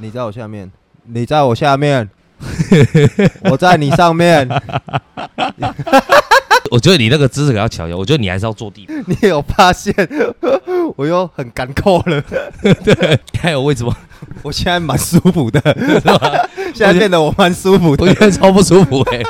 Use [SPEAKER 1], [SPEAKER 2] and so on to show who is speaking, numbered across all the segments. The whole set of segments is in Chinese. [SPEAKER 1] 你在我下面，你在我下面， 我在你上 面，
[SPEAKER 2] 我觉得你那个姿势给他调一下，我觉得你还是要坐 地板。
[SPEAKER 1] 你有发现？我又很干扣了，
[SPEAKER 2] 你还有位置吗？
[SPEAKER 1] 我现在蛮舒服的， 现在变得我蛮舒服的
[SPEAKER 2] 我。觉得超不舒服哎、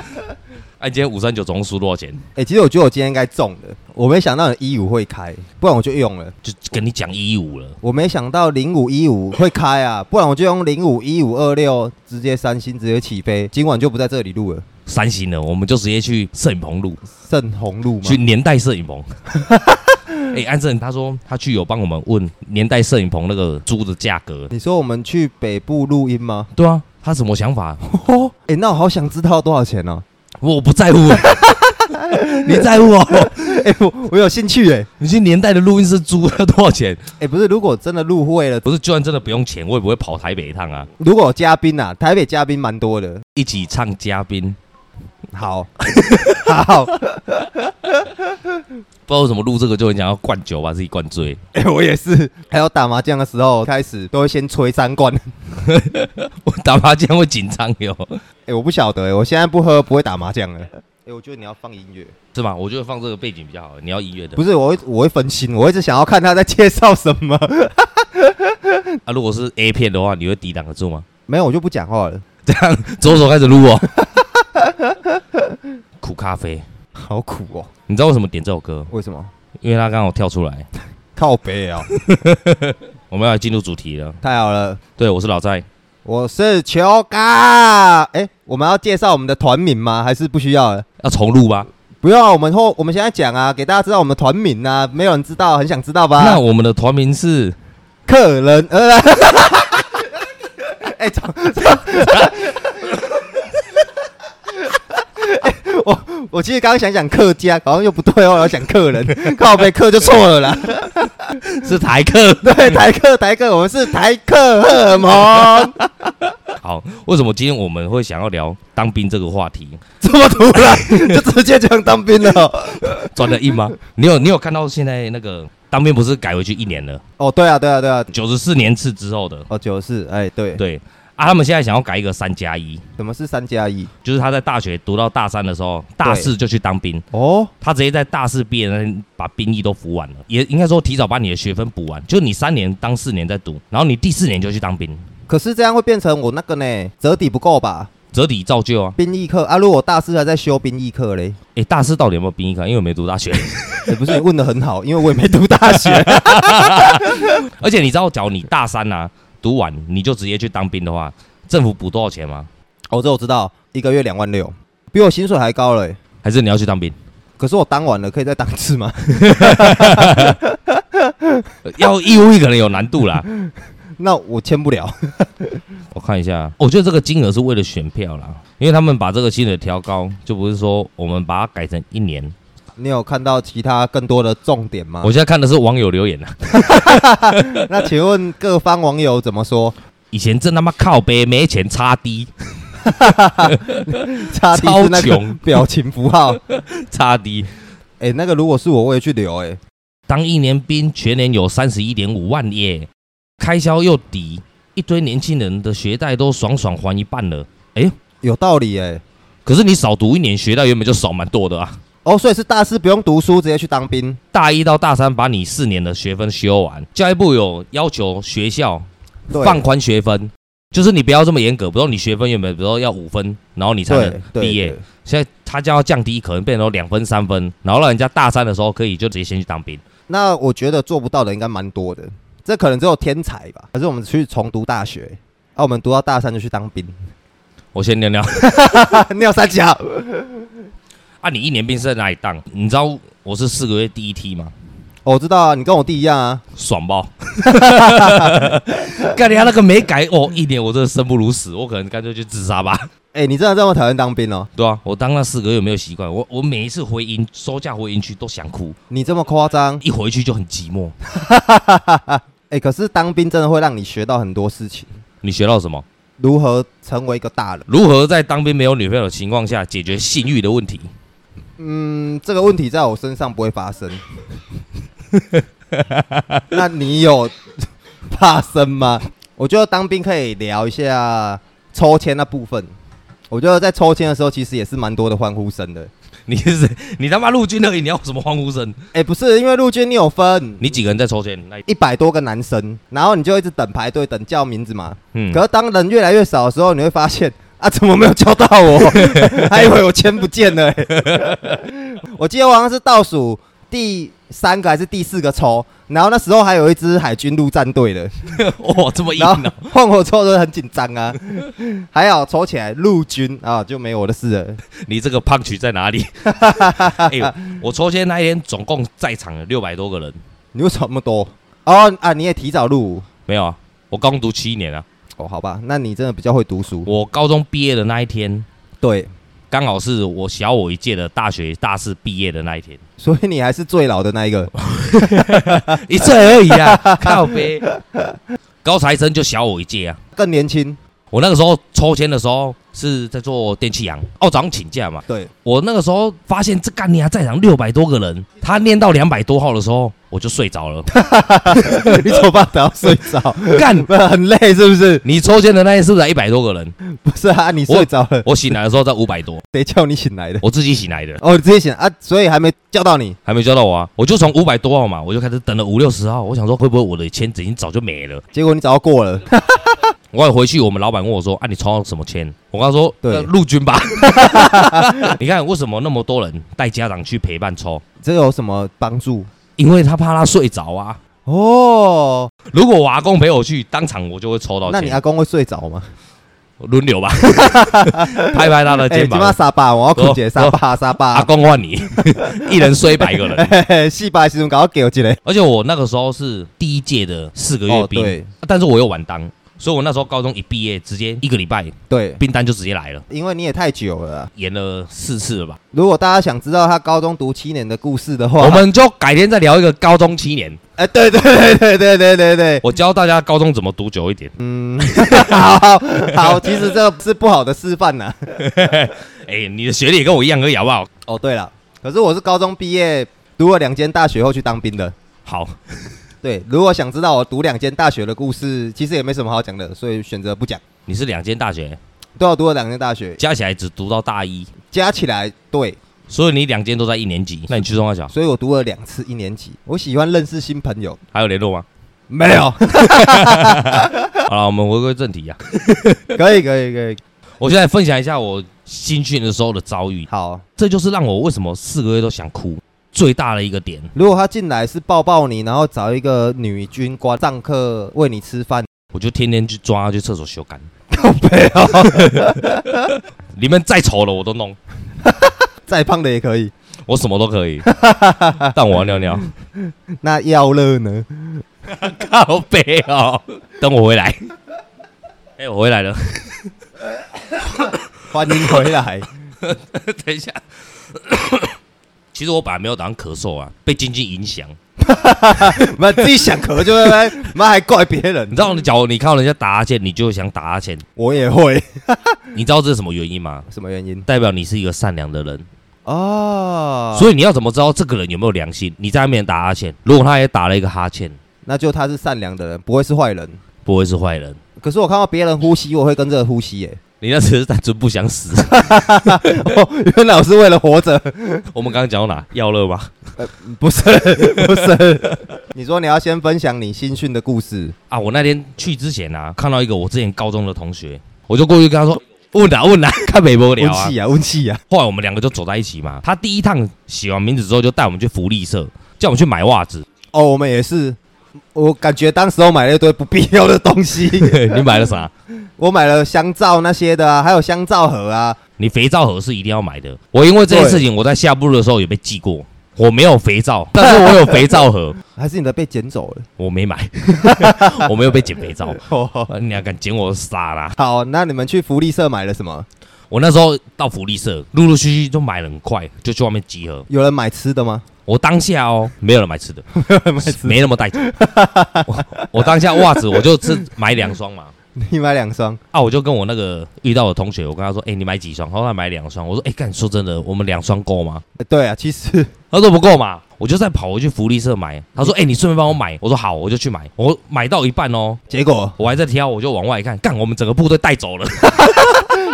[SPEAKER 2] 哎，今天五三九总共输多少钱？
[SPEAKER 1] 哎、其实我觉得我今天应该中的，我没想到一五会开，不然我就用了。
[SPEAKER 2] 就跟你讲一五了。
[SPEAKER 1] 我没想到零五一五会开啊，不然我就用零五一五二六直接三星直接起飞，今晚就不在这里录了。
[SPEAKER 2] 三星了，我们就直接去摄影棚录，
[SPEAKER 1] 盛虹路吗
[SPEAKER 2] 去？年代摄影棚。 哎、安正他说他去有帮我们问年代摄影棚那个租的价格。
[SPEAKER 1] 你说我们去北部录音吗？
[SPEAKER 2] 对啊，他什么想法？
[SPEAKER 1] 哦，哎、那我好想知道多少钱啊呢、
[SPEAKER 2] 我不在乎，你在乎哦？
[SPEAKER 1] 哎、我我有兴趣哎、
[SPEAKER 2] 你去年代的录音室租了多少钱？
[SPEAKER 1] 哎、不是，如果真的入会了，
[SPEAKER 2] 不是，就算真的不用钱，我也不会跑台北一趟啊。
[SPEAKER 1] 如果有嘉宾啊，台北嘉宾蛮多的。
[SPEAKER 2] 一起唱嘉宾，
[SPEAKER 1] 好， 好，
[SPEAKER 2] 不知道为什么录这个就很想要灌酒，把自己灌醉。
[SPEAKER 1] 哎、我也是。还有打麻将的时候，开始都会先吹三罐。
[SPEAKER 2] 我打麻将会紧张哟，
[SPEAKER 1] 哎、我不晓得、欸，我现在不喝不会打麻将了。哎、我觉得你要放音乐，
[SPEAKER 2] 是吗？我觉得放这个背景比较好，你要音乐的
[SPEAKER 1] 不是我会我会分心，我一直想要看他在介绍什么。
[SPEAKER 2] 啊。如果是 A 片的话，你会抵挡得住吗？
[SPEAKER 1] 没有，我就不讲话了。
[SPEAKER 2] 这样左手开始录哦， 苦咖啡。
[SPEAKER 1] 好苦哦、
[SPEAKER 2] 你知道为什么点这首歌？
[SPEAKER 1] 为什么？
[SPEAKER 2] 因为它刚好跳出来。
[SPEAKER 1] 靠北啊、
[SPEAKER 2] 我们要进入主题了。
[SPEAKER 1] 太好了，
[SPEAKER 2] 对，我是老蔡。
[SPEAKER 1] 我是球咖。哎、我们要介绍我们的团名吗？还是不需要了？
[SPEAKER 2] 要重录吧？
[SPEAKER 1] 不要，我们后我们现在讲啊，给大家知道我们的团名啊，没有人知道，很想知道吧？
[SPEAKER 2] 那我们的团名是
[SPEAKER 1] 客人，呃， 哎、怎么怎么哎 我我其实刚刚想讲客家，好像又不对哦，我要讲客 人，靠背客就错了啦。
[SPEAKER 2] 是台客。
[SPEAKER 1] 对，台客台客，我们是台客荷尔 蒙，
[SPEAKER 2] 好，为什么今天我们会想要聊当兵这个话题？
[SPEAKER 1] 这么突然就直接讲当兵了哦。
[SPEAKER 2] 转得硬吗？你有你有看到现在那个当兵不是改回去一年了，
[SPEAKER 1] 哦，对啊，对啊，对啊，
[SPEAKER 2] 九十四年次之后的，
[SPEAKER 1] 哦，九四，哎，对，
[SPEAKER 2] 对啊，他们现在想要改一个三加一，
[SPEAKER 1] 什么是三加一？
[SPEAKER 2] 就是他在大学读到大三的时候，大四就去当兵，
[SPEAKER 1] 哦，
[SPEAKER 2] 他直接在大四毕业那天把兵役都服完了，也应该说提早把你的学分补完，就是你三年当四年再读，然后你第四年就去当兵，
[SPEAKER 1] 可是这样会变成我那个呢，折抵不够吧？
[SPEAKER 2] 折抵照旧啊。
[SPEAKER 1] 兵役课啊，如果我大四还在修兵役课嘞，
[SPEAKER 2] 诶，大四到底有没有兵役课？因为我没读大学，
[SPEAKER 1] 也、不是你问的很好，因为我也没读大学。
[SPEAKER 2] 而且你知道，假如你大三啊读完你就直接去当兵的话，政府补多少钱吗？
[SPEAKER 1] 哦，这我知道，一个月两万六，比我薪水还高嘞。
[SPEAKER 2] 还是你要去当兵？
[SPEAKER 1] 可是我当完了，可以再当一次吗？
[SPEAKER 2] 要义务役可能有难度啦。
[SPEAKER 1] 那我签不了。
[SPEAKER 2] 我看一下，我觉得这个金额是为了选票啦，因为他们把这个薪水调高，就不是说我们把它改成一年。
[SPEAKER 1] 你有看到其他更多的重点吗
[SPEAKER 2] 我？现在看的是网友留言啊，
[SPEAKER 1] 那请问各方网友怎么 说？
[SPEAKER 2] 以前真他妈靠背没钱差低
[SPEAKER 1] 差地是那
[SPEAKER 2] 超
[SPEAKER 1] 个
[SPEAKER 2] 穷
[SPEAKER 1] 表情符号。
[SPEAKER 2] 差低，
[SPEAKER 1] 哎、那个如果是我，我也去留、欸。哎，
[SPEAKER 2] 当一年兵全年有三十一点五万耶，开销又低，一堆年轻人的学贷都爽爽还一半了。
[SPEAKER 1] 有道理哎、
[SPEAKER 2] 可是你少读一年学贷，原本就少蛮多的啊。
[SPEAKER 1] 哦，所以是大四不用读书，直接去当兵。
[SPEAKER 2] 大一到大三把你四年的学分修完，教育部有要求学校
[SPEAKER 1] 对，
[SPEAKER 2] 放宽学分，就是你不要这么严格，比如说你学分原本比如说要五分，然后你才能
[SPEAKER 1] 对对
[SPEAKER 2] 毕业
[SPEAKER 1] 对
[SPEAKER 2] 现在他就要降低，可能变成两分、三分，然后让人家大三的时候可以就直接先去当兵。
[SPEAKER 1] 那我觉得做不到的应该蛮多的，这可能只有天才吧。可是我们去重读大学，啊，我们读到大三就去当兵，
[SPEAKER 2] 我先聊聊
[SPEAKER 1] 尿三角。
[SPEAKER 2] 啊，你一年兵是在哪里当？你知道我是四个月第一梯吗？
[SPEAKER 1] 哦我知道啊，你跟我弟一样啊。
[SPEAKER 2] 爽爆！干你他那个没改哦，一年我真的生不如死，我可能干脆去自杀吧。
[SPEAKER 1] 哎、你真的这么讨厌当兵哦？
[SPEAKER 2] 对啊，我当那四个月没有习惯，我我每一次回营收假回营区都想哭，
[SPEAKER 1] 你这么夸张？
[SPEAKER 2] 一回去就很寂寞。
[SPEAKER 1] 哎、可是当兵真的会让你学到很多事情，
[SPEAKER 2] 你学到什么？
[SPEAKER 1] 如何成为一个大人。
[SPEAKER 2] 如何在当兵没有女朋友的情况下解决性欲的问题？
[SPEAKER 1] 嗯，这个问题在我身上不会发生。 那你有怕生吗？我觉得当兵可以聊一下抽签那部分。我觉得在抽签的时候，其实也是蛮多的欢呼声的。
[SPEAKER 2] 你是谁你他妈陆军而已，你要什么欢呼声？
[SPEAKER 1] 哎、不是，因为陆军你有分
[SPEAKER 2] 你几个人在抽签？来，
[SPEAKER 1] 一百多个男生，然后你就一直等排队，等叫名字嘛。
[SPEAKER 2] 嗯
[SPEAKER 1] 可是当人越来越少的时候，你会发现啊，怎么没有叫到我？ 还以为我签不见了、欸。我记得我好像是倒数第三个还是第四个抽，然后那时候还有一支海军陆战队的，
[SPEAKER 2] 哇，这么硬
[SPEAKER 1] 然
[SPEAKER 2] 啊
[SPEAKER 1] 后！换我抽的很紧张啊。还好抽起来陆军啊，就没我的事了。
[SPEAKER 2] 你这个胖曲 在哪里？哎、我抽签那一天总共在场有六百多个人，
[SPEAKER 1] 你为什么那么多？哦啊，你也提早入伍
[SPEAKER 2] 没有啊？我刚读七年啊，
[SPEAKER 1] 哦，好吧，那你真的比较会读书。
[SPEAKER 2] 我高中毕业的那一天，
[SPEAKER 1] 对，
[SPEAKER 2] 刚好是我小我一届的大学大四毕业的那 一天，
[SPEAKER 1] 所以你还是最老的那一个。
[SPEAKER 2] 一岁而已啊，靠呗。高材生就小我一届啊。
[SPEAKER 1] 更年轻，
[SPEAKER 2] 我那个时候抽签的时候是在做电器行，哦，早上请假嘛。
[SPEAKER 1] 对，
[SPEAKER 2] 我那个时候发现这干你啊，在场六百多个人，他念到两百多号的时候，我就睡 着了。
[SPEAKER 1] 你怎么办？等到睡着，
[SPEAKER 2] 干，
[SPEAKER 1] 不是很累是不是？
[SPEAKER 2] 你抽签的那天是不是一百多个人？
[SPEAKER 1] 不是啊，你睡着了，
[SPEAKER 2] 我醒来的时候在五百多，
[SPEAKER 1] 谁叫你醒来的？
[SPEAKER 2] 我自己醒来的，
[SPEAKER 1] 哦，你自己醒啊，所以还没叫到你。
[SPEAKER 2] 还没叫到我啊。我就从五百多号嘛，我就开始等了五六十号，我想说会不会我的签子已经早就没了。
[SPEAKER 1] 结果你早就过了，
[SPEAKER 2] 我也回去，我们老板问我说：“啊，你抽到什么签？”我跟他说：“
[SPEAKER 1] 对
[SPEAKER 2] 呃陆 军吧。” 你看为什么那么多人带家长去陪伴抽？
[SPEAKER 1] 这有什么帮助？
[SPEAKER 2] 因为他怕他睡着啊。
[SPEAKER 1] 哦，
[SPEAKER 2] 如果我阿公陪我去，当场我就会抽到
[SPEAKER 1] 那你
[SPEAKER 2] 签
[SPEAKER 1] 阿，公会睡着吗？
[SPEAKER 2] 轮 流吧，拍拍他的
[SPEAKER 1] 哎，
[SPEAKER 2] 肩
[SPEAKER 1] 今晚
[SPEAKER 2] 膀。哦
[SPEAKER 1] 沙巴，我要困姐沙巴沙
[SPEAKER 2] 阿
[SPEAKER 1] 巴，
[SPEAKER 2] 公换你， 一人睡百个人。
[SPEAKER 1] 嘿嘿戏巴时钟搞给我一个。
[SPEAKER 2] 而且我那个时候是第一届的四个月
[SPEAKER 1] 哦，
[SPEAKER 2] 兵，
[SPEAKER 1] 对
[SPEAKER 2] 但是我有晚当，所以我那时候高中一毕业，直接一个礼拜
[SPEAKER 1] 对，
[SPEAKER 2] 订单就直接来了，
[SPEAKER 1] 因为你也太久了啊。
[SPEAKER 2] 延了四次了吧。
[SPEAKER 1] 如果大家想知道他高中读七年的故事的话，
[SPEAKER 2] 我们就改天再聊一个高中七年，
[SPEAKER 1] 哎，对对对对对对对对，
[SPEAKER 2] 我教大家高中怎么读久一点。
[SPEAKER 1] 嗯， 好好好，其实这是不好的示范呐、
[SPEAKER 2] 哎、你的学历也跟我一样而已，好不好？
[SPEAKER 1] 哦，对了，可是我是高中毕业，读了两间大学后去当兵的。
[SPEAKER 2] 好，
[SPEAKER 1] 对，如果想知道我读两间大学的故事，其实也没什么好讲的，所以选择不讲。
[SPEAKER 2] 你是两间大学
[SPEAKER 1] 对啊，我读了两间大学，
[SPEAKER 2] 加起来只读到大一，
[SPEAKER 1] 加起来对，
[SPEAKER 2] 所以你两间都在一年级。那你去中华小
[SPEAKER 1] 所以我读了两次一年级。我喜欢认识新朋友，
[SPEAKER 2] 还有联络吗？
[SPEAKER 1] 没有，
[SPEAKER 2] 好了，我们回归正题啊。
[SPEAKER 1] 可以可以可以，
[SPEAKER 2] 我现在分享一下我新训的时候的遭遇，
[SPEAKER 1] 好。
[SPEAKER 2] 这就是让我为什么四个月都想哭最大的一个点。
[SPEAKER 1] 如果他进来是抱抱你，然后找一个女军官上课喂你吃饭，
[SPEAKER 2] 我就天天去抓他去厕所修改，
[SPEAKER 1] 靠背哦，
[SPEAKER 2] 你们再丑了我都弄，
[SPEAKER 1] 再胖的也可以。
[SPEAKER 2] 我什么都可以，但我要尿尿，
[SPEAKER 1] 那要乐呢？
[SPEAKER 2] 靠背哦，等我回来。哎、我回来了，
[SPEAKER 1] 欢迎回 来。
[SPEAKER 2] 等一下。 其实我本来没有打算咳嗽啊，被经济影响。
[SPEAKER 1] 妈自己想咳就在那边，妈还怪别人
[SPEAKER 2] 你，知道，你假如你看到人家打哈欠，你就想打哈欠。
[SPEAKER 1] 我也会。
[SPEAKER 2] 你知道这是什么原因吗？
[SPEAKER 1] 什么原因？
[SPEAKER 2] 代表你是一个善良的人。
[SPEAKER 1] 哦，
[SPEAKER 2] 所以你要怎么知道这个人有没有良心？你在外面打哈欠，如果他也打了一个哈欠，
[SPEAKER 1] 那就他是善良的人，不会是坏人。
[SPEAKER 2] 不会是坏人。
[SPEAKER 1] 可是我看到别人呼吸，我会跟着呼吸耶、
[SPEAKER 2] 你那只是单纯不想死。
[SPEAKER 1] 哦，原来我是为了活着，
[SPEAKER 2] 我们刚刚讲到哪？要乐吗？
[SPEAKER 1] 不是不是。 你说你要先分享你新训的故事，
[SPEAKER 2] 啊，我那天去之前啊，看到一个我之前高中的同学，我就过去跟他说：“问啊问啊， 看美波聊啊
[SPEAKER 1] 温。气啊温气啊”
[SPEAKER 2] 后来我们两个就走在一起嘛。他第一趟写完名字之后，就带我们去福利社，叫我们去买袜子。
[SPEAKER 1] 哦，我们也是。我感觉当时我买了一堆不必要的东西，
[SPEAKER 2] 你买了啥？
[SPEAKER 1] 我买了香皂那些的啊，还有香皂盒啊。
[SPEAKER 2] 你肥皂盒是一定要买的。我因为这件事情，我在下部落的时候也被记过。我没有肥 皂，但是我有肥皂盒，
[SPEAKER 1] 还是你的被捡走 了。
[SPEAKER 2] 我没买，我没有被捡肥皂。啊你俩敢捡我傻啦！
[SPEAKER 1] 好，那你们去福利社买了什么？
[SPEAKER 2] 我那时候到福利社，陆陆续续就买了很快，就去外面集合。
[SPEAKER 1] 有人买吃的吗？
[SPEAKER 2] 我当下哦，没有人买吃的，
[SPEAKER 1] 买吃
[SPEAKER 2] 没那么带劲。我我当下袜子我就只买两双嘛，
[SPEAKER 1] 你买两双，
[SPEAKER 2] 啊，我就跟我那个遇到的同学，我跟他说，哎、你买几双？后来买两双。我说，哎、干，说真的，我们两双够吗？
[SPEAKER 1] 呃对啊，其实
[SPEAKER 2] 他说不够嘛，我就再跑回去福利社买。他说，哎、你顺便帮我买。我说好，我就去买。我买到一半哦，
[SPEAKER 1] 结果
[SPEAKER 2] 我还在挑，我就往外看，干，我们整个部队带走了。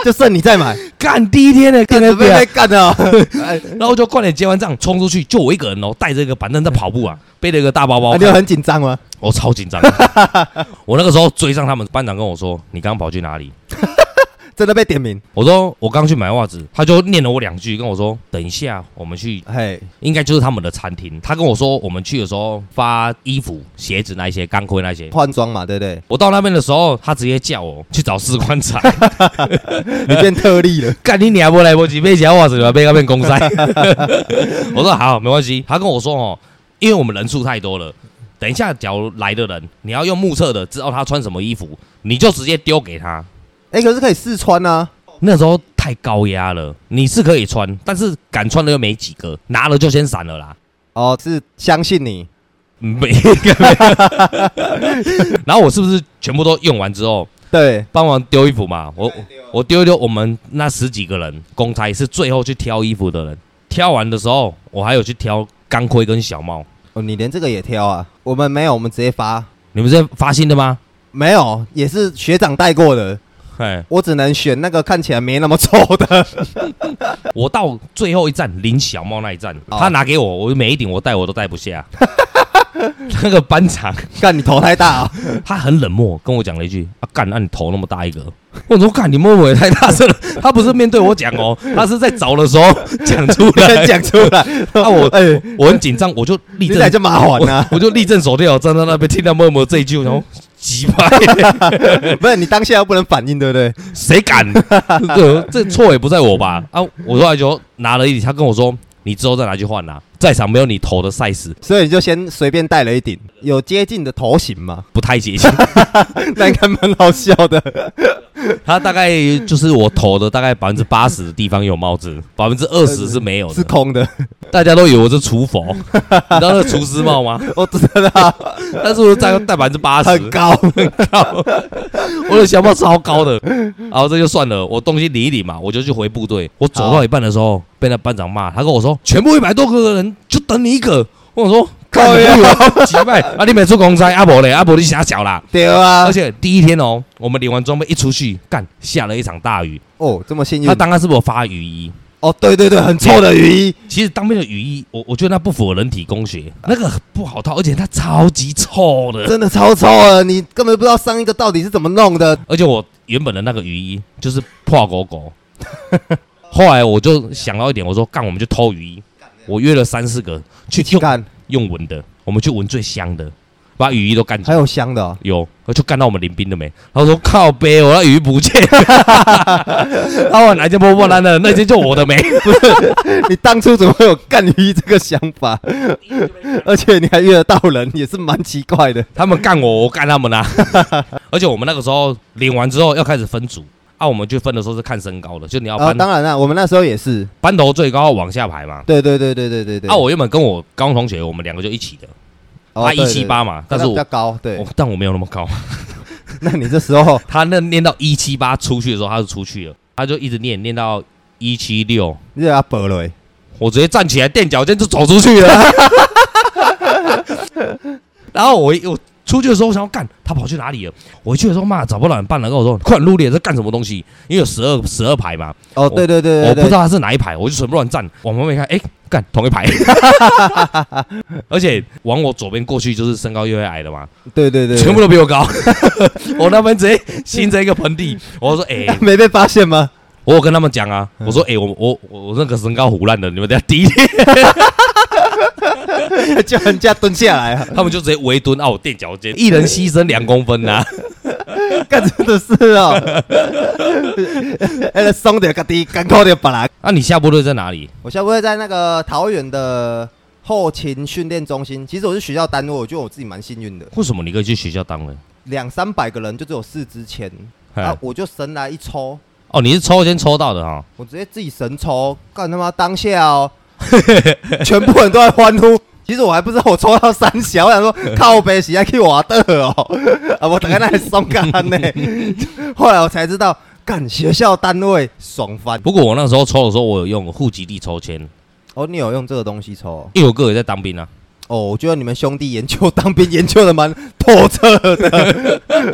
[SPEAKER 1] 就剩你在买，
[SPEAKER 2] 干，第一 天呢，干
[SPEAKER 1] 准备
[SPEAKER 2] 啊
[SPEAKER 1] 被干了哦。哎
[SPEAKER 2] 然后就快点结完账冲出去，就我一个人哦，带着一个板凳在跑步啊，背了一个大包包
[SPEAKER 1] 啊，你，有很紧张吗？
[SPEAKER 2] 我哦超紧 张的。我那个时候追上他们，班长跟我说：“你刚刚跑去哪里
[SPEAKER 1] 真的被点名？”，
[SPEAKER 2] 我说：“我刚去买袜子。”他就念了我两句，跟我说：“等一下，我们去，
[SPEAKER 1] 嘿，
[SPEAKER 2] 应该就是他们的餐厅。”他跟我说：“我们去的时候发衣服、鞋子那一些，钢盔那一些。”
[SPEAKER 1] 换装嘛，对不对？
[SPEAKER 2] 我到那边的时候，他直接叫我去找士官长，
[SPEAKER 1] 你变特例 了，
[SPEAKER 2] 干你娘不来不及被夹袜子了，被那边公塞。 我说好，没关系。他跟我说哦，因为我们人数太多了，等一下假如来的人，你要用目测的知道他穿什么衣服，你就直接丢给他。
[SPEAKER 1] 哎，可是可以试穿啊。
[SPEAKER 2] 那时候太高压了，你是可以穿，但是敢穿的又没几个，拿了就先闪了啦。
[SPEAKER 1] 哦，是相信你，
[SPEAKER 2] 每一个没 有，然后我是不是全部都用完之后，
[SPEAKER 1] 对，
[SPEAKER 2] 帮忙丢衣服嘛？我
[SPEAKER 1] 啊
[SPEAKER 2] 我丢一丢，我们那十几个人，公差是最后去挑衣服的人。挑完的时候，我还有去挑钢盔跟小帽。
[SPEAKER 1] 哦，你连这个也挑啊？我们没有，我们直接发，
[SPEAKER 2] 你们是发新的吗？
[SPEAKER 1] 没有，也是学长带过的，
[SPEAKER 2] 哎，
[SPEAKER 1] 我只能选那个看起来没那么丑 的。
[SPEAKER 2] 我到最后一站领小帽那一站，
[SPEAKER 1] 哦
[SPEAKER 2] 他拿给我，我每一顶我戴我都戴不下。 那个班长
[SPEAKER 1] 看你头太大 啊！
[SPEAKER 2] 他很冷漠，跟我讲了一句：“啊，干，那、你头那么大一个。”我说：“干，你摸我也太大声了。” 他不是面对我讲哦，他是在找的时候讲出 来。
[SPEAKER 1] 讲出来，
[SPEAKER 2] 啊我
[SPEAKER 1] 哎、
[SPEAKER 2] 我很紧张，我就立
[SPEAKER 1] 你
[SPEAKER 2] 正
[SPEAKER 1] 来，就麻烦啊！
[SPEAKER 2] 我就立正手跳，站在那边听到摸摸这一句，然后急拍，
[SPEAKER 1] 不是你当下又不能反应，对不对？
[SPEAKER 2] 谁敢？这这错也不在我吧？啊，我后来就拿了一顶，他跟我说：“你之后再拿去换啦、在场没有你头的 size，
[SPEAKER 1] 所以你就先随便戴了一顶，有接近的头型 嘛？
[SPEAKER 2] 不太接近。
[SPEAKER 1] 那应该蛮好笑的。
[SPEAKER 2] 他大概就是我头的大概百分之八十的地方有帽子，百分之二十是没有的，
[SPEAKER 1] 呃是空哦的，
[SPEAKER 2] 大家都以为我是厨佛，你知道那个厨师帽吗？
[SPEAKER 1] 我知道，
[SPEAKER 2] 但是我占占百分之八十，
[SPEAKER 1] 啊很 高。
[SPEAKER 2] 高， 我的小帽超高的。然后这就算了，我东西理一理嘛，我就去回部队。我走到一半的时候，被那班长骂，他跟我说，全部一百多个人就等你一个。我想说，靠
[SPEAKER 1] 靠呀
[SPEAKER 2] 呀，几百啊！你每次公差阿伯嘞，阿伯你瞎小啦。
[SPEAKER 1] 对啊
[SPEAKER 2] 而，且第一天哦，我们领完装备一出去，干下了一场大雨。
[SPEAKER 1] 哦，这么幸运
[SPEAKER 2] 他。当时是不是有发雨衣？
[SPEAKER 1] 哦，对对对，很臭的雨衣，
[SPEAKER 2] 其实当兵的雨衣，我我觉得那不符合人体工学，那个不好套，而且它超级臭的。
[SPEAKER 1] 真的超臭的，你根本不知道上一个到底是怎么弄的。
[SPEAKER 2] 而且我原本的那个雨衣就是破 狗狗，后来我就想到一点，我说干，我们就偷雨衣。我约了三四个去
[SPEAKER 1] 去
[SPEAKER 2] 用
[SPEAKER 1] 干，
[SPEAKER 2] 用闻的，我们去闻最香的，把雨衣都干走。
[SPEAKER 1] 还有香的、哦，
[SPEAKER 2] 有，我就干到我们林兵了没？他说靠背，我那雨衣 不见了，啊，我哪一件破破烂烂的，那件就我的没。
[SPEAKER 1] 你当初怎么会有干鱼这个想法？ 而且你还约得到人，也是蛮奇怪的。
[SPEAKER 2] 他们干我，我干他们啦、而且我们那个时候领完之后要开始分组啊，我们去分的时候是看身高的，就你要
[SPEAKER 1] 啊，
[SPEAKER 2] 班、
[SPEAKER 1] 当然啦，我们那时候也是，
[SPEAKER 2] 班头最高往下排嘛。
[SPEAKER 1] 对对对对对对对。
[SPEAKER 2] 啊，我原本跟我高中同学，我们两个就一起的，
[SPEAKER 1] 哦
[SPEAKER 2] 他一
[SPEAKER 1] 对对
[SPEAKER 2] 七八嘛，
[SPEAKER 1] 对
[SPEAKER 2] 但是
[SPEAKER 1] 比
[SPEAKER 2] 我
[SPEAKER 1] 较高，对
[SPEAKER 2] 我。但我没有那么高，
[SPEAKER 1] 那你这时候
[SPEAKER 2] 他那念到一七八出去的时候，他就出去了，他就一直念念到一七六，
[SPEAKER 1] 热要薄了欸，
[SPEAKER 2] 我直接站起来垫脚尖就走出去了。 然后我一我出去的时候，我想要干他跑去哪里了？我去的时候骂找不到人办了，跟我说快点入列，这干什么东西？因为有十二十二排嘛，
[SPEAKER 1] 哦，对对对对
[SPEAKER 2] 我不
[SPEAKER 1] 对，
[SPEAKER 2] 知道他是哪一排，我就随便乱站，往旁边看，哎、干同 一排，而且往我左边过去就是身高越来越矮的嘛，
[SPEAKER 1] 对对对，
[SPEAKER 2] 全部都比我高， 我那边直接形成一个盆地，我说哎、
[SPEAKER 1] 对 没被发现吗？
[SPEAKER 2] 我有跟他们讲啊，
[SPEAKER 1] 嗯
[SPEAKER 2] 我说哎、我我我我那个身高胡烂的，你们等下第一天，
[SPEAKER 1] 叫人家蹲下来啊，
[SPEAKER 2] 他们就直接围蹲啊，我垫脚尖，一人牺牲两公分啊呐、
[SPEAKER 1] 干真的是哦， 哎，松点个滴，干扣点本来。
[SPEAKER 2] 啊那、你下部队在哪里？
[SPEAKER 1] 我下个月在那个桃园的后勤训练中心，其实我是学校单位，我觉得我自己蛮幸运的，
[SPEAKER 2] 为什么你可以去学校当人？
[SPEAKER 1] 两三百个人就只有四支签，啊
[SPEAKER 2] 哎，
[SPEAKER 1] 我就神来一抽，
[SPEAKER 2] 哦，你是抽签抽到的哈、
[SPEAKER 1] 我直接自己神抽，干他妈当下哦，全部人都在欢呼，其实我还不知道我抽到三小，我想说靠北喜爱去瓦的哦，啊，我等下那里松干呢。 后来我才知道，干学校单位爽翻。
[SPEAKER 2] 不过我那时候抽的时候，我有用户籍地抽签，
[SPEAKER 1] 哦，你有用这个东西抽哦？
[SPEAKER 2] 因为我哥也在当兵啊。
[SPEAKER 1] 哦，我觉得你们兄弟研究当兵研究的蛮透彻的，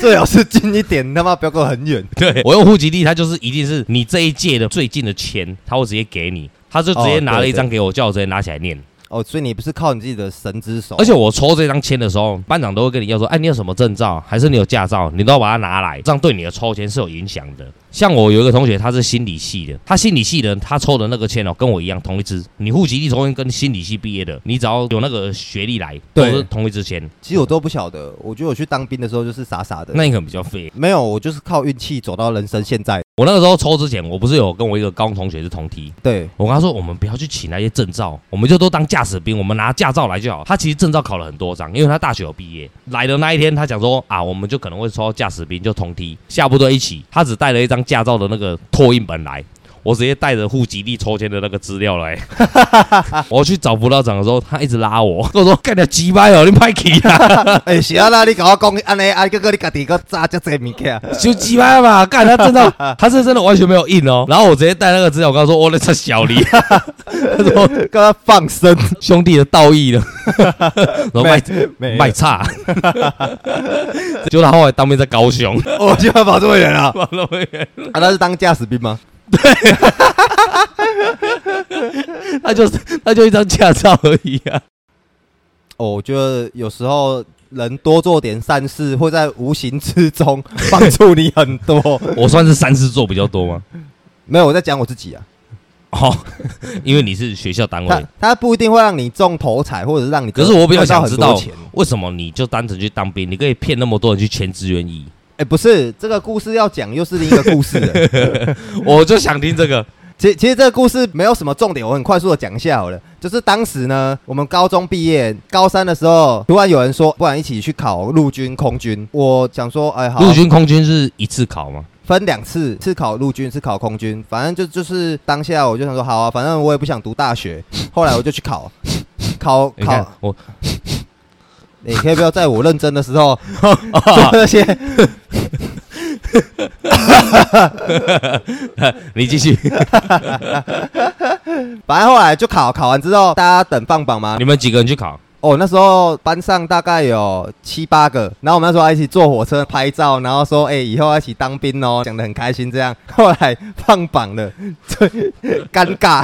[SPEAKER 1] 最好是近一点，他妈不要跟我很 远。
[SPEAKER 2] 对我用户籍地，他就是一定是你这一届的最近的签，他会直接给你，他就直接
[SPEAKER 1] 哦
[SPEAKER 2] 拿
[SPEAKER 1] 对
[SPEAKER 2] 了一张给我，叫我直接拿起来念。
[SPEAKER 1] 哦，所以你不是靠你自己的神之手，
[SPEAKER 2] 而且我抽这张签的时
[SPEAKER 1] 哦
[SPEAKER 2] 候，班长都会跟你要说，哎，你有什么证照，还是你有驾照，你都要把它拿来，这样对你的抽签是有影响的。像我有一个同学，他是心理系的，他心理系的，他抽的那个签哦，跟我一样，同一支。你户籍地抽签跟心理系毕业的，你只要有那个学历来，都
[SPEAKER 1] 对
[SPEAKER 2] 是同一支签。
[SPEAKER 1] 其实我都不晓得。我觉得我去当兵的时候就是傻傻的，
[SPEAKER 2] 那你可能比较废。
[SPEAKER 1] 没有，我就是靠运气走到人生现在。
[SPEAKER 2] 我那个时候抽之前，我不是有跟我一个高中同学是同梯，
[SPEAKER 1] 对，
[SPEAKER 2] 我跟他说，我们不要去请那些证照，我们就都当驾驶兵，我们拿驾照来就好。他其实证照考了很多张，因为他大学有毕业。来的那一天，他讲说啊，我们就可能会抽到驾驶兵，就同梯下部队一起。他只带了一张驾照的那个拓印本来。我直接带着户籍地抽签的那个资料来，我去找辅导长的时候，他一直拉我，跟我说干掉鸡掰哦，你拍起啊，
[SPEAKER 1] 哎、是啊啦，你跟我讲安尼，啊，哥哥你家己个炸这这物件，
[SPEAKER 2] 就鸡掰嘛，干他真的，他是真的完全没有印哦。然后我直接带那个资料，我跟他说，哦我那是小李，他说
[SPEAKER 1] 跟他放生，
[SPEAKER 2] 兄弟的道义 呢，然后卖
[SPEAKER 1] 没
[SPEAKER 2] 卖差， 就他后来当兵在高雄，
[SPEAKER 1] 我就要跑哦这么远了，啊，他是当驾驶兵吗？
[SPEAKER 2] 他就是他就一张驾照而已啊。
[SPEAKER 1] 哦，我觉得有时候人多做点善事，会在无形之中帮助你很多。
[SPEAKER 2] 我算是三事做比较多吗？
[SPEAKER 1] 没有，我在讲我自己啊，
[SPEAKER 2] 哦，因为你是学校单
[SPEAKER 1] 他
[SPEAKER 2] 位，
[SPEAKER 1] 他不一定会让你中头彩，或者是让你
[SPEAKER 2] 可是我比较想知
[SPEAKER 1] 赚
[SPEAKER 2] 道
[SPEAKER 1] 到很多钱。
[SPEAKER 2] 为什么你就单纯去当兵，你可以骗那么多人去签志愿役，
[SPEAKER 1] 哎，不是这个故事要讲，又是另一个故事了。
[SPEAKER 2] 我就想听这个。
[SPEAKER 1] 其其实这个故事没有什么重点，我很快速的讲一下好了。就是当时呢，我们高中毕业，高三的时候，突然有人说，不然一起去考陆军、空军。我想说，哎，好啊，
[SPEAKER 2] 陆军、空军是一次考吗？
[SPEAKER 1] 分两次，是考陆军，是考空军，反正就就是当下我就想说，好啊，反正我也不想读大学， 后来我就去考，考
[SPEAKER 2] 你看
[SPEAKER 1] 考，
[SPEAKER 2] 我
[SPEAKER 1] 你可以不要在我认真的时 候做那些，
[SPEAKER 2] 你继续，
[SPEAKER 1] 反正后来就考，考完之后大家等放榜嘛
[SPEAKER 2] 你，们几个人去考？
[SPEAKER 1] 哦，那时候班上大概有七八个，然后我们那时候还一起坐火车拍照，然后说，哎、以后要一起当兵哦，讲得很开心这样。 后来放榜了，最尴尬，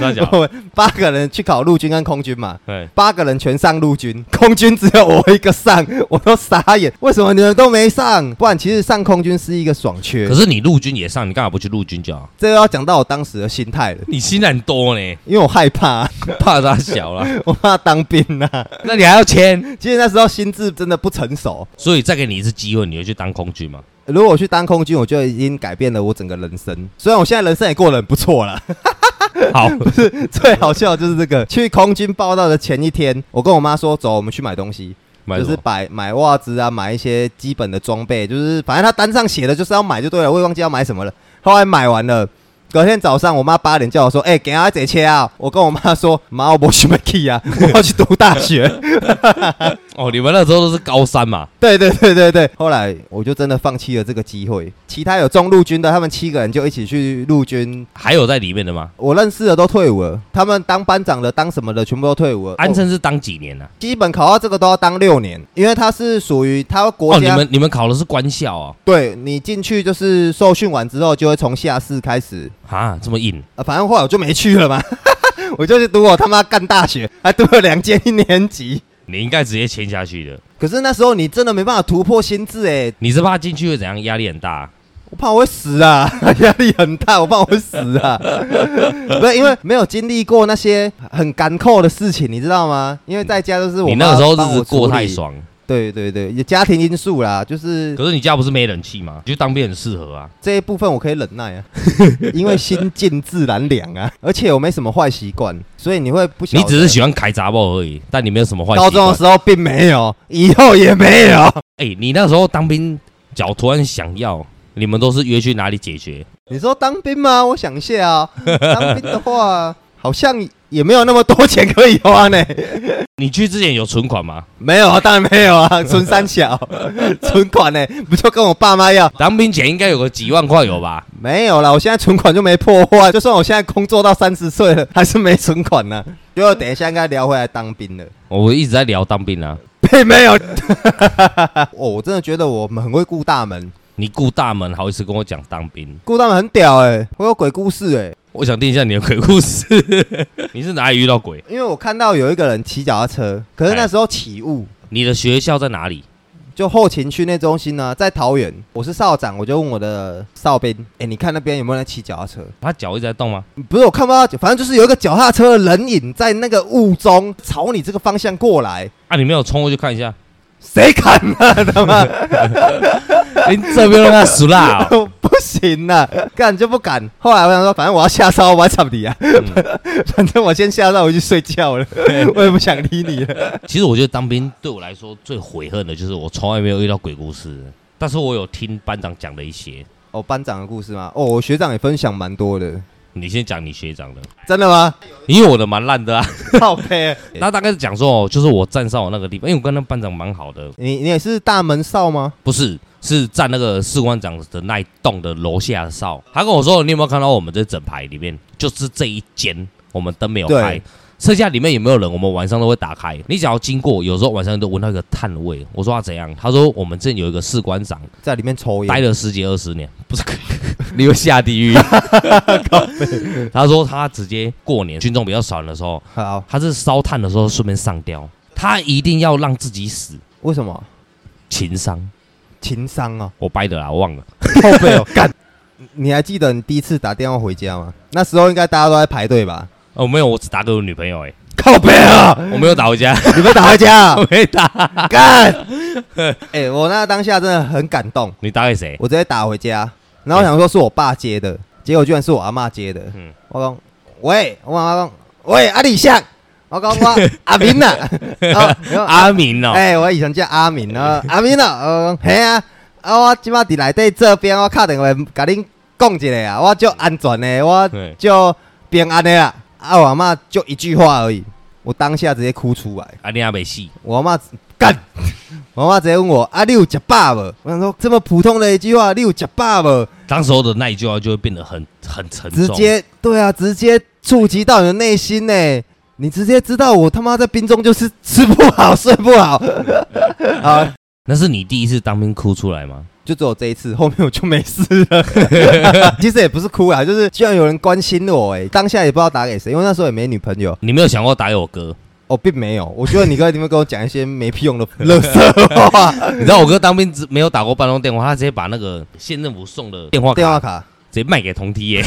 [SPEAKER 2] 大家
[SPEAKER 1] 我们 八个人去考陆军跟空军嘛，
[SPEAKER 2] 对，
[SPEAKER 1] 八个人全上陆军， 空军只有我一个上， 我都傻眼，为什么你们都没上？不然其实上空军是一个爽缺
[SPEAKER 2] 可，是你陆军也上，你干嘛不去陆军就好？
[SPEAKER 1] 这又要讲到我当时的心态了，
[SPEAKER 2] 你心很多呢，
[SPEAKER 1] 因为我害怕、
[SPEAKER 2] 怕他小了。
[SPEAKER 1] 我怕当兵啊。
[SPEAKER 2] 那你还要签，
[SPEAKER 1] 其实那时候心智真的不成熟，
[SPEAKER 2] 所以再给你一次机会，你会去当空军吗？
[SPEAKER 1] 如果我去当空军，我就已经改变了我整个人生。虽然我现在人生也过得很不错了，
[SPEAKER 2] 好，
[SPEAKER 1] 最好笑的就是这个。去空军报道的前一天，我跟我妈说：“走，我们去买东西，
[SPEAKER 2] 买
[SPEAKER 1] 就
[SPEAKER 2] 什
[SPEAKER 1] 是
[SPEAKER 2] 么？
[SPEAKER 1] 买买袜子啊，买一些基本的装备，就是反正他单上写的就是要买就对了，我也忘记要买什么了。”后来买完了。隔天早上，我妈八点叫我说：“哎、给他这车啊！”我跟我妈说：“妈，我不去买 key 啊，我要去读大学。
[SPEAKER 2] 哦，你们那时候都是高三嘛？”
[SPEAKER 1] 对对对对对。后来我就真的放弃了这个机会。其他有中陆军的，他们七个人就一起去陆军
[SPEAKER 2] 还有在里面的吗？
[SPEAKER 1] 我认识的都退伍了，他们当班长的、当什么的，全部都退伍了。
[SPEAKER 2] 安
[SPEAKER 1] 哦、
[SPEAKER 2] 生是当几年呢、啊
[SPEAKER 1] 基本考到这个都要当六年，因为他是属于他
[SPEAKER 2] 哦，
[SPEAKER 1] 国
[SPEAKER 2] 你
[SPEAKER 1] 家，
[SPEAKER 2] 们你们考的是官校哦，
[SPEAKER 1] 对你进去就是受训完之后，就会从下士开始。
[SPEAKER 2] 啊，这么硬，
[SPEAKER 1] 啊，反正后来我就没去了嘛， 我就去读我他妈干大学，还读了两届一年级。
[SPEAKER 2] 你应该直接签下去的。
[SPEAKER 1] 可是那时候你真的没办法突破心智哎、
[SPEAKER 2] 你是怕进去会怎样？压力很大、啊
[SPEAKER 1] 我怕我会死啊， 压力很大，我怕我会死啊。不是因为没有经历过那些很干扣的事情，你知道吗？因为在家都是我
[SPEAKER 2] 你
[SPEAKER 1] 妈
[SPEAKER 2] 那个时候
[SPEAKER 1] 帮
[SPEAKER 2] 日
[SPEAKER 1] 我
[SPEAKER 2] 子过
[SPEAKER 1] 处
[SPEAKER 2] 太
[SPEAKER 1] 理
[SPEAKER 2] 爽，
[SPEAKER 1] 对对对，也家庭因素啦，就是
[SPEAKER 2] 可是你家不是没冷气吗？你就当兵很适合啊。
[SPEAKER 1] 这一部分我可以忍耐 啊，因为心静自然凉啊，而且我没什么坏习惯，所以你会不晓
[SPEAKER 2] 你
[SPEAKER 1] 得
[SPEAKER 2] 只是喜欢开杂报而已，但你没有什么坏习
[SPEAKER 1] 高
[SPEAKER 2] 惯。
[SPEAKER 1] 中的时候并没有，以后也没有。
[SPEAKER 2] 哎、你那时候当兵，脚突然想要，你们都是约去哪里解决？
[SPEAKER 1] 你说当兵吗？我想一下啊，当兵的话。好像也没有那么多钱可以花呢。
[SPEAKER 2] 你去之前有存款吗？
[SPEAKER 1] 没有啊，当然没有啊，存三 小，存款呢，不就跟我爸妈要？
[SPEAKER 2] 当兵前应该有个几万块有吧？
[SPEAKER 1] 没有啦，我现在存款就没破坏，就算我现在工作到三十岁了，还是没存款呢、就等一下应该聊回来当兵了。
[SPEAKER 2] 我一直在聊当兵啊。
[SPEAKER 1] 并没有，哦，我真的觉得我们很会顾大门，
[SPEAKER 2] 你顾大门好意思跟我讲当兵？
[SPEAKER 1] 顾大门很屌哎、我有鬼故事哎、
[SPEAKER 2] 我想听一下你的鬼故事。 你是哪里遇到鬼？
[SPEAKER 1] 因为我看到有一个人骑脚踏车，可是那
[SPEAKER 2] 哎
[SPEAKER 1] 时候起雾，
[SPEAKER 2] 你的学校在哪里？
[SPEAKER 1] 就后勤训练中心啊呢，在桃园。我是少长，我就问我的哨兵，哎、你看那边有没有人骑脚踏车？
[SPEAKER 2] 他脚一直在动吗？
[SPEAKER 1] 不是我看不到，反正就是有一个脚踏车的人影在那个雾中朝你这个方向过来，
[SPEAKER 2] 啊，你没有冲过去看一下？
[SPEAKER 1] 谁敢啊？ 他妈，
[SPEAKER 2] 哎，这边让他熟啦、哦。
[SPEAKER 1] 不行啊，干就不敢。后来我想说，反正我要下哨，我要插你啊，
[SPEAKER 2] 嗯
[SPEAKER 1] 反正我先下哨，我去睡觉 了，我也不想理你了。
[SPEAKER 2] 其实我觉得当兵对我来说最悔恨的就是我从来没有遇到鬼故事，但是我有听班长讲了一些。
[SPEAKER 1] 哦，班长的故事吗？哦，我学长也分享蛮多的，
[SPEAKER 2] 你先讲你学长的，
[SPEAKER 1] 真的 吗？
[SPEAKER 2] 因为我的蛮烂的啊。
[SPEAKER 1] 靠背，
[SPEAKER 2] 他大概是讲说，哦，就是我站哨那个地方，因为我跟那班长蛮好的，
[SPEAKER 1] 你你也是大门哨吗？
[SPEAKER 2] 不是，是站那个士官长的那一栋的楼下的哨。他跟我说，你有没有看到我们这整排里面，就是这一间，我们灯没有开
[SPEAKER 1] 对，
[SPEAKER 2] 剩下里面有没有人，我们晚上都会打开。你只要经过，有时候晚上都闻到一个炭味。我说他怎样？他说我们这里有一个士官长
[SPEAKER 1] 在里面抽
[SPEAKER 2] 待
[SPEAKER 1] 烟，
[SPEAKER 2] 了十几二十年，不是， 你会下地狱。他说他直接过年军中比较少人的时候，
[SPEAKER 1] 好，
[SPEAKER 2] 他是烧炭的时候顺便上吊，他一定要让自己死，
[SPEAKER 1] 为什么？
[SPEAKER 2] 情商。
[SPEAKER 1] 情商 哦，
[SPEAKER 2] 我掰的啦，我忘了。
[SPEAKER 1] 后背 哦，干。你还记得你第一次打电话回家吗？那时候应该大家都在排队吧？
[SPEAKER 2] 哦，没有，我只打给我女朋友、欸，
[SPEAKER 1] 靠背啊！
[SPEAKER 2] 我没有打回家，
[SPEAKER 1] 你们打回家、
[SPEAKER 2] 我没打。
[SPEAKER 1] 干！ 哎、我那当下真的很感动，
[SPEAKER 2] 你打给谁？
[SPEAKER 1] 我直接打回家，然后我想说是我爸接的，结果居然是我阿妈接的。
[SPEAKER 2] 嗯
[SPEAKER 1] 我讲喂，我妈妈讲喂，阿里向，我讲我阿明呐、啊，阿
[SPEAKER 2] 阿明哦、
[SPEAKER 1] 哎、我以前叫阿明啊，阿明啊，我讲嘿啊，啊我即马伫内底这边，我敲电话甲恁讲一下啊，我就安全的，我
[SPEAKER 2] 对
[SPEAKER 1] 就平安的啦。啊我阿妈就一句话而已，我当下直接哭出来。
[SPEAKER 2] 阿你阿没戏，
[SPEAKER 1] 我妈 干，我妈直接问我啊，你有吃饱无？我想说这么普通的一句话，你有吃饱无？
[SPEAKER 2] 当时候的那一句话就会变得很很沉重。
[SPEAKER 1] 直接对啊，直接触及到你的内心呢。你直接知道我他妈在兵中就是吃不好 睡不 好啊，
[SPEAKER 2] 那是你第一次当兵哭出来吗？
[SPEAKER 1] 就只有这一次，后面我就没事了。 其实也不是哭啊，就是居然有人关心我哎，当下也不知道打给谁，因为那时候也没女朋友。
[SPEAKER 2] 你没有想过打给我哥？
[SPEAKER 1] 哦，并没有，我觉得你哥你们跟我讲一些没屁用的垃圾 话。
[SPEAKER 2] 你知道我哥当兵只没有打过半通电话，他直接把那个县政府送的电话
[SPEAKER 1] 电
[SPEAKER 2] 卡
[SPEAKER 1] 话卡，
[SPEAKER 2] 直接卖给同梯耶，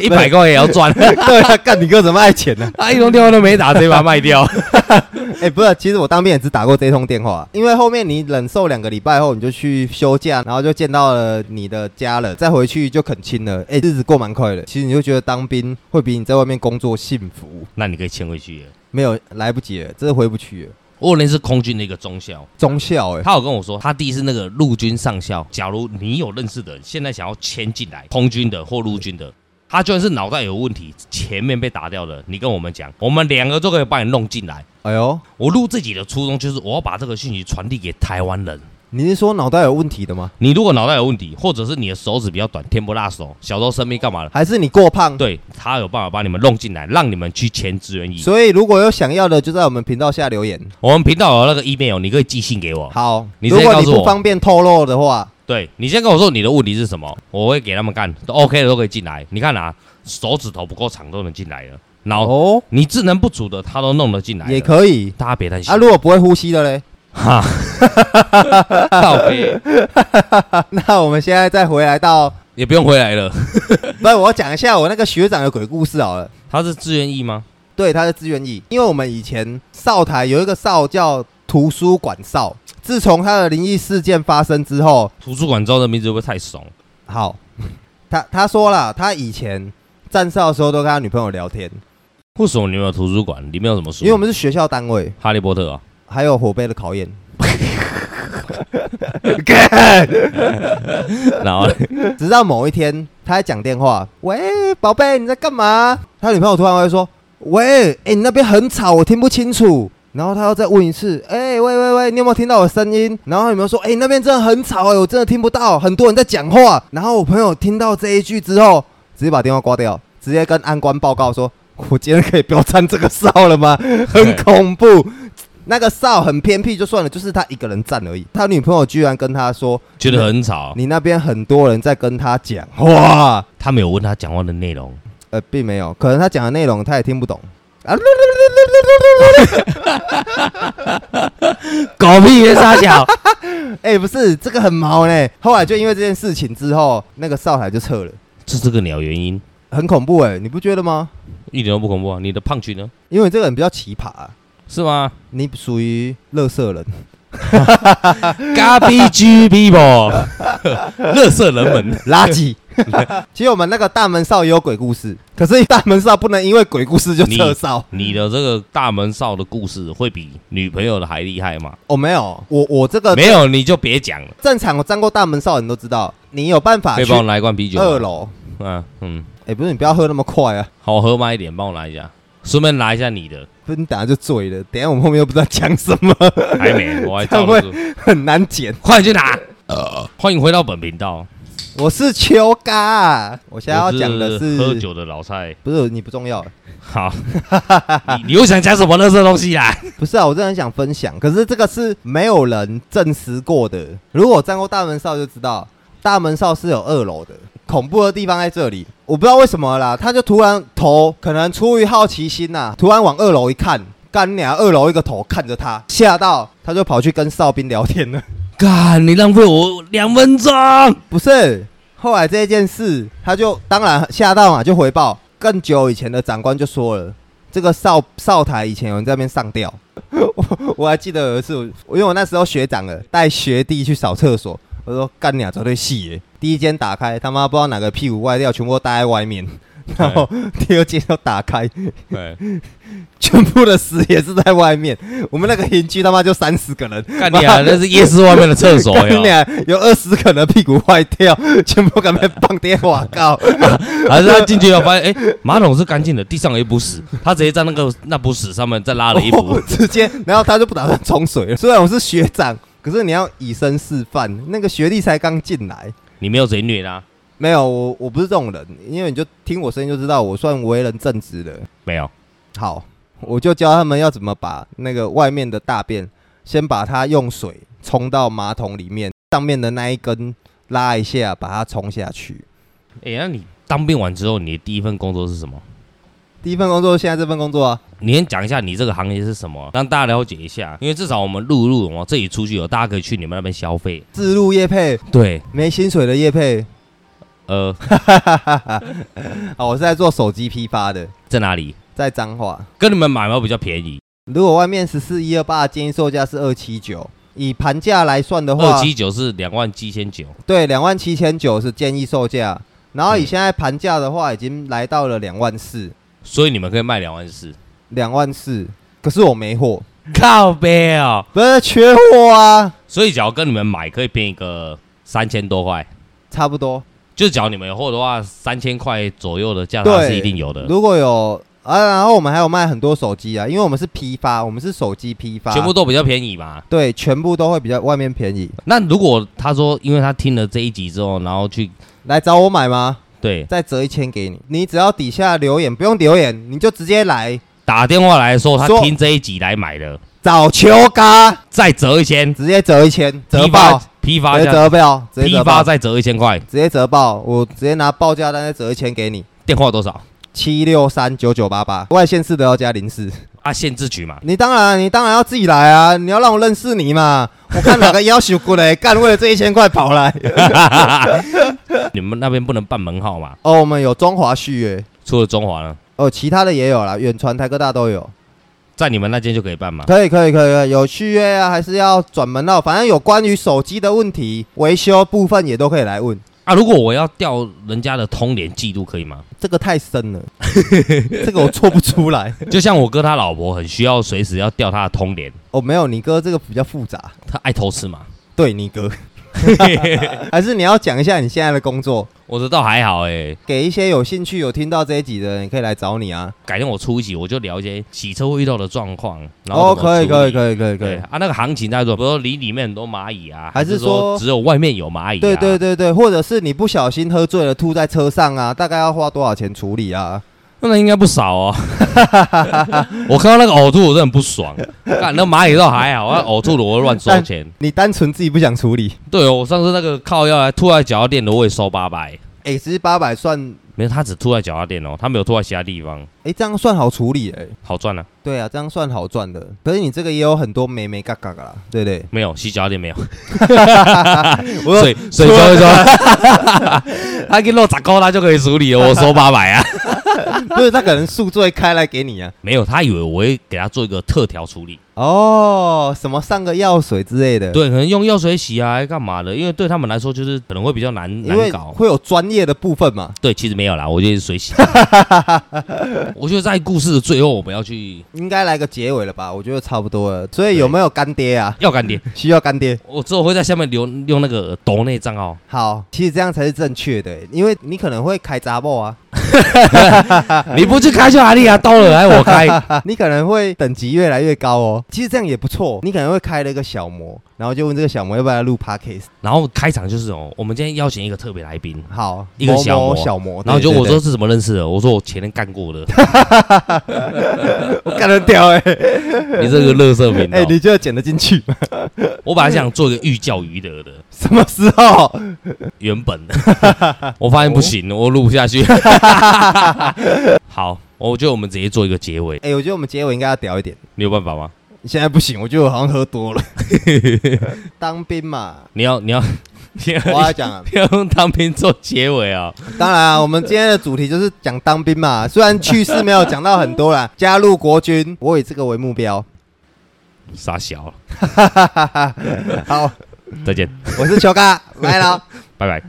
[SPEAKER 2] 一百块也 要赚，
[SPEAKER 1] 对啊，干你哥怎么爱钱呢、
[SPEAKER 2] 他一通电话都没打，直接把它卖掉。
[SPEAKER 1] 哎、不是，其实我当兵也只打过这一通电话，因为后面你忍受两个礼拜后，你就去休假，然后就见到了你的家人，再回去就恳亲了。哎、
[SPEAKER 2] 嗯
[SPEAKER 1] 日子过蛮快的，其实你就觉得当兵会比你在外面工作幸福。
[SPEAKER 2] 那你可以签回去耶。
[SPEAKER 1] 没有，来不及了，真的回不去了。
[SPEAKER 2] 我有认识空军的一个中校，
[SPEAKER 1] 中校哎、
[SPEAKER 2] 他有跟我说，他弟是那个陆军上校。假如你有认识的人，现在想要迁进来空军的或陆军的，他就算是脑袋有问题，前面被打掉了，你跟我们讲，我们两个都可以把你弄进来。
[SPEAKER 1] 哎呦，
[SPEAKER 2] 我录自己的初衷就是我要把这个讯息传递给台湾人。
[SPEAKER 1] 你是说脑袋有问题的吗？
[SPEAKER 2] 你如果脑袋有问题，或者是你的手指比较短，天不辣手，小时候生病干嘛了？
[SPEAKER 1] 还是你过胖？
[SPEAKER 2] 对他有办法把你们弄进来，让你们去签志愿役。
[SPEAKER 1] 所以如果有想要的，就在我们频道下留言。
[SPEAKER 2] 我们频道有那个 email，你可以寄信给我。
[SPEAKER 1] 好，
[SPEAKER 2] 你直
[SPEAKER 1] 如
[SPEAKER 2] 接
[SPEAKER 1] 果
[SPEAKER 2] 告
[SPEAKER 1] 你
[SPEAKER 2] 诉
[SPEAKER 1] 不
[SPEAKER 2] 我
[SPEAKER 1] 方便透露的话，
[SPEAKER 2] 对你先跟我说你的问题是什么，我会给他们看，都 OK 的都可以进来。你看啊，手指头不够长都能进来了，然后
[SPEAKER 1] 哦，
[SPEAKER 2] 你智能不足的他都弄得进来了
[SPEAKER 1] 也可以
[SPEAKER 2] 大家别担心
[SPEAKER 1] 啊。如果不会呼吸的嘞？
[SPEAKER 2] 哈，倒霉
[SPEAKER 1] 那我们现在再回来到，
[SPEAKER 2] 也不用回来了。
[SPEAKER 1] 不是我讲一下我那个学长的鬼故事好了。
[SPEAKER 2] 他是志愿役吗？
[SPEAKER 1] 对，他是志愿役，因为我们以前少台有一个少叫图书馆少，自从他的灵异事件发生之后，
[SPEAKER 2] 图书馆招的名字会不会太怂？
[SPEAKER 1] 好， 他他说了，他以前站哨的时候都跟他女朋友聊天，
[SPEAKER 2] 为什么你们有图书馆？里面有什么书？
[SPEAKER 1] 因为我们是学校单位，
[SPEAKER 2] 哈利波特啊，
[SPEAKER 1] 还有火杯的考验，
[SPEAKER 2] 然后呢
[SPEAKER 1] 直到某一天他在讲电话，喂，宝贝，你在干嘛？他女朋友突然会说：“喂，哎、你那边很吵，我听不清楚。”然后他要再问一次：“哎、喂喂喂，你有没有听到我声音？”然后他女朋友说：“哎、你那边真的很吵、哎，我真的听不到，很多人在讲话。”然后我朋友听到这一句之后，直接把电话挂掉，直接跟安官报告说：“我今天可以不要站这个哨了吗？很恐怖。”那个哨很偏僻就算了，就是他一个人站而已。他女朋友居然跟他说
[SPEAKER 2] 觉得很吵：“。
[SPEAKER 1] 你那边很多人在跟他讲话。”
[SPEAKER 2] 他没有问他讲话的内容，
[SPEAKER 1] 呃，并没有，可能他讲的内容他也听不 懂啊。
[SPEAKER 2] 狗屁也傻小。
[SPEAKER 1] 哎、不是，这个很毛嘞。后来就因为这件事情之后，那个少台就撤了，
[SPEAKER 2] 是 这个鸟原因，
[SPEAKER 1] 很恐怖哎、你不觉得吗？
[SPEAKER 2] 一点都不恐怖啊！你的胖橘呢？
[SPEAKER 1] 因为你这个人比较奇葩、啊
[SPEAKER 2] 是吗
[SPEAKER 1] 你属于乐色人，
[SPEAKER 2] ？Garbage people，乐色人们。
[SPEAKER 1] 垃圾。 其实我们那个大门少也有鬼故事，可是大门少不能因为鬼故事就撤少。
[SPEAKER 2] 你的这个大门少的故事会比女朋友的还厉害吗？
[SPEAKER 1] 我、哦没有，我我这个
[SPEAKER 2] 没有你就别讲了。
[SPEAKER 1] 正常，我站过大门少，你都知道，你有办法
[SPEAKER 2] 可以
[SPEAKER 1] 去
[SPEAKER 2] 帮我来一罐啤酒吗？
[SPEAKER 1] 二楼。
[SPEAKER 2] 嗯嗯，
[SPEAKER 1] 哎、不是，你不要喝那么快啊，
[SPEAKER 2] 好喝吗？一点，帮我拿一下，顺便拿一下你的。
[SPEAKER 1] 不然你等下就醉了。等一下我们后面又不知道讲什么，
[SPEAKER 2] 还没，我还照着做
[SPEAKER 1] 很难剪。
[SPEAKER 2] 快去拿。呃，欢迎回到本频道。
[SPEAKER 1] 我是秋嘎，我现在要
[SPEAKER 2] 我
[SPEAKER 1] 讲的是，
[SPEAKER 2] 喝酒的老蔡。
[SPEAKER 1] 不是你不重要，
[SPEAKER 2] 好，你你又想讲什么垃圾东西啦？
[SPEAKER 1] 不是啊，我真的很想分享，可是这个是没有人证实过的。如果我站过大门哨就知道，大门哨是有二楼的，恐怖的地方在这里，我不知道为什么啦，他就突然头可能出于好奇心呐、突然往二楼一看，干娘二楼一个头看着他，吓到他就跑去跟哨兵聊天了。
[SPEAKER 2] 干，你浪费我两分钟。
[SPEAKER 1] 不是，后来这件事，他就当然吓到嘛，就回报。更久以前的长官就说了，这个哨哨台以前有人在那边上吊。 我我还记得有一次，我因为我那时候学长了，带学弟去扫厕所，我说干你啊，这对戏耶！第一间打开，他妈不知道哪个屁股外掉，全部都待在外 面。然后第二间又打开，
[SPEAKER 2] 对，
[SPEAKER 1] 全部的屎也是在外面。我们那个营区他妈就三十个人，
[SPEAKER 2] 干你 啊！那是夜市外面的厕所
[SPEAKER 1] 干你
[SPEAKER 2] 呀，
[SPEAKER 1] 啊有二十个人屁股坏掉，全部敢被放电话告。
[SPEAKER 2] 还是他进去了发现，哎，马桶是干净的，地上有一补屎，他直接在那个那补屎上面再拉了一补
[SPEAKER 1] 我。 直接，然后他就不打算冲水了。虽然我是学长，可是你要以身示范，那个学历才刚进来。
[SPEAKER 2] 你没有谁虐他？
[SPEAKER 1] 没有，我我不是这种人，因为你就听我声音就知道我算为人正直的。
[SPEAKER 2] 没有，
[SPEAKER 1] 好，我就教他们要怎么把那个外面的大便，先把它用水冲到马桶里面，上面的那一根拉一下，把它冲下去。
[SPEAKER 2] 哎，那你当兵完之后，你的第一份工作是什么？
[SPEAKER 1] 第一份工作，现在这份工作啊，
[SPEAKER 2] 你先讲一下你这个行业是什么，让大家了解一下，因为至少我们录一录，我自己出去有，大家可以去你们那边消费。
[SPEAKER 1] 自入业配，
[SPEAKER 2] 对，
[SPEAKER 1] 没薪水的业 配。
[SPEAKER 2] 呃，
[SPEAKER 1] 啊，我是在做手机批发的，
[SPEAKER 2] 在哪里？
[SPEAKER 1] 在彰化。
[SPEAKER 2] 跟你们买卖比较便宜，
[SPEAKER 1] 如果外面十四一二八建议售价是二七九，以盘价来算的
[SPEAKER 2] 二
[SPEAKER 1] 话，
[SPEAKER 2] 七九是两万七千九，
[SPEAKER 1] 对两万七千九是建议售价。然
[SPEAKER 2] 嗯
[SPEAKER 1] 后以现在盘价的话，已经来到了两万四，
[SPEAKER 2] 所以你们可以卖两万四。
[SPEAKER 1] 两万四。可是我没货，
[SPEAKER 2] 靠背哦，
[SPEAKER 1] 不是缺货啊，
[SPEAKER 2] 所以只要跟你们买，可以便宜个三千多块。
[SPEAKER 1] 差不多。
[SPEAKER 2] 就只要你们有货的话，三千块左右的价差
[SPEAKER 1] 对
[SPEAKER 2] 是一定有的，
[SPEAKER 1] 如果有啊，然后我们还有卖很多手机啊，因为我们是批发，我们是手机批发，
[SPEAKER 2] 全部都比较便宜嘛。
[SPEAKER 1] 对，全部都会比较外面便宜。
[SPEAKER 2] 那如果他说，因为他听了这一集之后，然后去
[SPEAKER 1] 来找我买吗？
[SPEAKER 2] 对
[SPEAKER 1] 再折一千给你，你只要底下留言，不用留言，你就直接来
[SPEAKER 2] 打电话来说，他
[SPEAKER 1] 说
[SPEAKER 2] 听这一集来买的，
[SPEAKER 1] 找秋嘎。
[SPEAKER 2] 再折一千，
[SPEAKER 1] 直接折一千，折
[SPEAKER 2] 批
[SPEAKER 1] 爆
[SPEAKER 2] 发，批发
[SPEAKER 1] 直接
[SPEAKER 2] 价，
[SPEAKER 1] 折爆，直接
[SPEAKER 2] 批
[SPEAKER 1] 折
[SPEAKER 2] 发
[SPEAKER 1] 爆，
[SPEAKER 2] 再折一千块，
[SPEAKER 1] 直接折爆，我直接拿报价单再折一千给你，
[SPEAKER 2] 电话多少？
[SPEAKER 1] 七六三九九八八，外县市的要加零四。
[SPEAKER 2] 啊，限制局嘛，
[SPEAKER 1] 你当然，你当然要自己来啊，你要让我认识你嘛。我看哪个要求过来， 干为了这一千块跑来。
[SPEAKER 2] 你们那边不能办门号嘛？
[SPEAKER 1] 哦，我们有中华续约，
[SPEAKER 2] 除了中华呢，
[SPEAKER 1] 哦，其他的也有啦，远传、台科大都有。
[SPEAKER 2] 在你们那间就可以办嘛？
[SPEAKER 1] 可以，可以，可以可以，有续约啊，还是要转门道，反正有关于手机的问题、维修部分也都可以来问。
[SPEAKER 2] 啊，如果我要调人家的通联记录，可以吗？
[SPEAKER 1] 这个太深 了，这个我做不出 来。
[SPEAKER 2] 就像我哥他老婆很需要随时要调他的通联，
[SPEAKER 1] 哦，没有，你哥这个比较复杂。
[SPEAKER 2] 他爱偷吃嘛。
[SPEAKER 1] 对你哥，还是你要讲一下你现在的工作？
[SPEAKER 2] 我这倒还好哎、
[SPEAKER 1] 给一些有兴趣、有听到这一集的人，你可以来找你啊。
[SPEAKER 2] 改天我出一集，我就聊一些洗车会遇到的状况，然后
[SPEAKER 1] 哦，可以，可以，
[SPEAKER 2] 以，
[SPEAKER 1] 可以，可以，可
[SPEAKER 2] 对
[SPEAKER 1] 以。
[SPEAKER 2] 啊，那个行情大概多少？比如说里里面很多蚂蚁啊，
[SPEAKER 1] 还是
[SPEAKER 2] 是说
[SPEAKER 1] 说
[SPEAKER 2] 只有外面有蚂蚁、啊？
[SPEAKER 1] 对对对对，或者是你不小心喝醉了吐在车上啊，大概要花多少钱处理啊？
[SPEAKER 2] 那应该不少哦。 我看到那个呕吐，我真的很不爽。看那蚂蚁倒还好，那呕吐的我会乱收钱。
[SPEAKER 1] 你单纯自己不想处理，
[SPEAKER 2] 对哦，我上次那个靠腰来吐在脚踏垫的，我也收八百。
[SPEAKER 1] 哎、其实八百算，
[SPEAKER 2] 没有，他只吐在脚踏垫哦，他没有吐在其他地方，
[SPEAKER 1] 哎、这样算好处理哎、
[SPEAKER 2] 好赚啊。
[SPEAKER 1] 对啊，这样算好赚的。可是你这个也有很多美美嘎嘎嘎啦，对 不对？
[SPEAKER 2] 没有洗脚踏垫没有，
[SPEAKER 1] 我有
[SPEAKER 2] 水水收一收， 他给弄十块他就可以处理了，我收八百啊。
[SPEAKER 1] 不是他可能宿醉开来给你啊。
[SPEAKER 2] 没有，他以为我会给他做一个特调处理，
[SPEAKER 1] 哦，什么上个药水之类的，，
[SPEAKER 2] 对，可能用药水洗啊，还干嘛的？因为对他们来说就是可能会比较难
[SPEAKER 1] 因
[SPEAKER 2] 难
[SPEAKER 1] 为
[SPEAKER 2] 搞。
[SPEAKER 1] 会有专业的部分嘛。
[SPEAKER 2] 对，其实没有啦，我就是 水洗。我觉得在故事的最后，我们要去
[SPEAKER 1] 应该来个结尾了吧？我觉得差不多了。所以有没有干爹啊？
[SPEAKER 2] 要干 爹，
[SPEAKER 1] 需要干爹。
[SPEAKER 2] 我之后会在下面留用那个抖内账号，
[SPEAKER 1] 好，其实这样才是正确的，因为你可能会开杂报啊，
[SPEAKER 2] 你不去开就阿丽啊，到了还我开，
[SPEAKER 1] 你可能会等级越来越高哦。其实这样也不错，你可能会开了一个小模，然后就问这个小模要不要来录 podcast。
[SPEAKER 2] 然后开场就是哦，我们今天邀请一个特别来宾。
[SPEAKER 1] 好，
[SPEAKER 2] 一个
[SPEAKER 1] 某
[SPEAKER 2] 小模
[SPEAKER 1] 某小模，
[SPEAKER 2] 然后就
[SPEAKER 1] 哦对
[SPEAKER 2] 我
[SPEAKER 1] 对
[SPEAKER 2] 说是怎么认识的？我说我前天干 过的。
[SPEAKER 1] 对我干得屌 哎、欸，
[SPEAKER 2] 你这个乐色频道
[SPEAKER 1] 哎、，你觉得剪得进去吗？
[SPEAKER 2] 我本来想做一个寓教于乐的，
[SPEAKER 1] 什么时候？
[SPEAKER 2] 原本我发现不行，我录不下去。 好，我觉得我们直接做一个结尾，
[SPEAKER 1] 哎、我觉得我们结尾应该要屌一点。
[SPEAKER 2] 你有办法吗？
[SPEAKER 1] 现在不行，我觉得我好像喝多了。 当兵嘛，
[SPEAKER 2] 你要你要你
[SPEAKER 1] 我
[SPEAKER 2] 要
[SPEAKER 1] 要讲啊，
[SPEAKER 2] 要用当兵做结尾啊？
[SPEAKER 1] 当然啊，我们今天的主题就是讲当兵嘛。虽然去世没有讲到很多啦，加入国军，我以这个为目标。
[SPEAKER 2] 傻小，
[SPEAKER 1] 好，
[SPEAKER 2] 再见，
[SPEAKER 1] 我是球哥，来了。
[SPEAKER 2] 拜拜。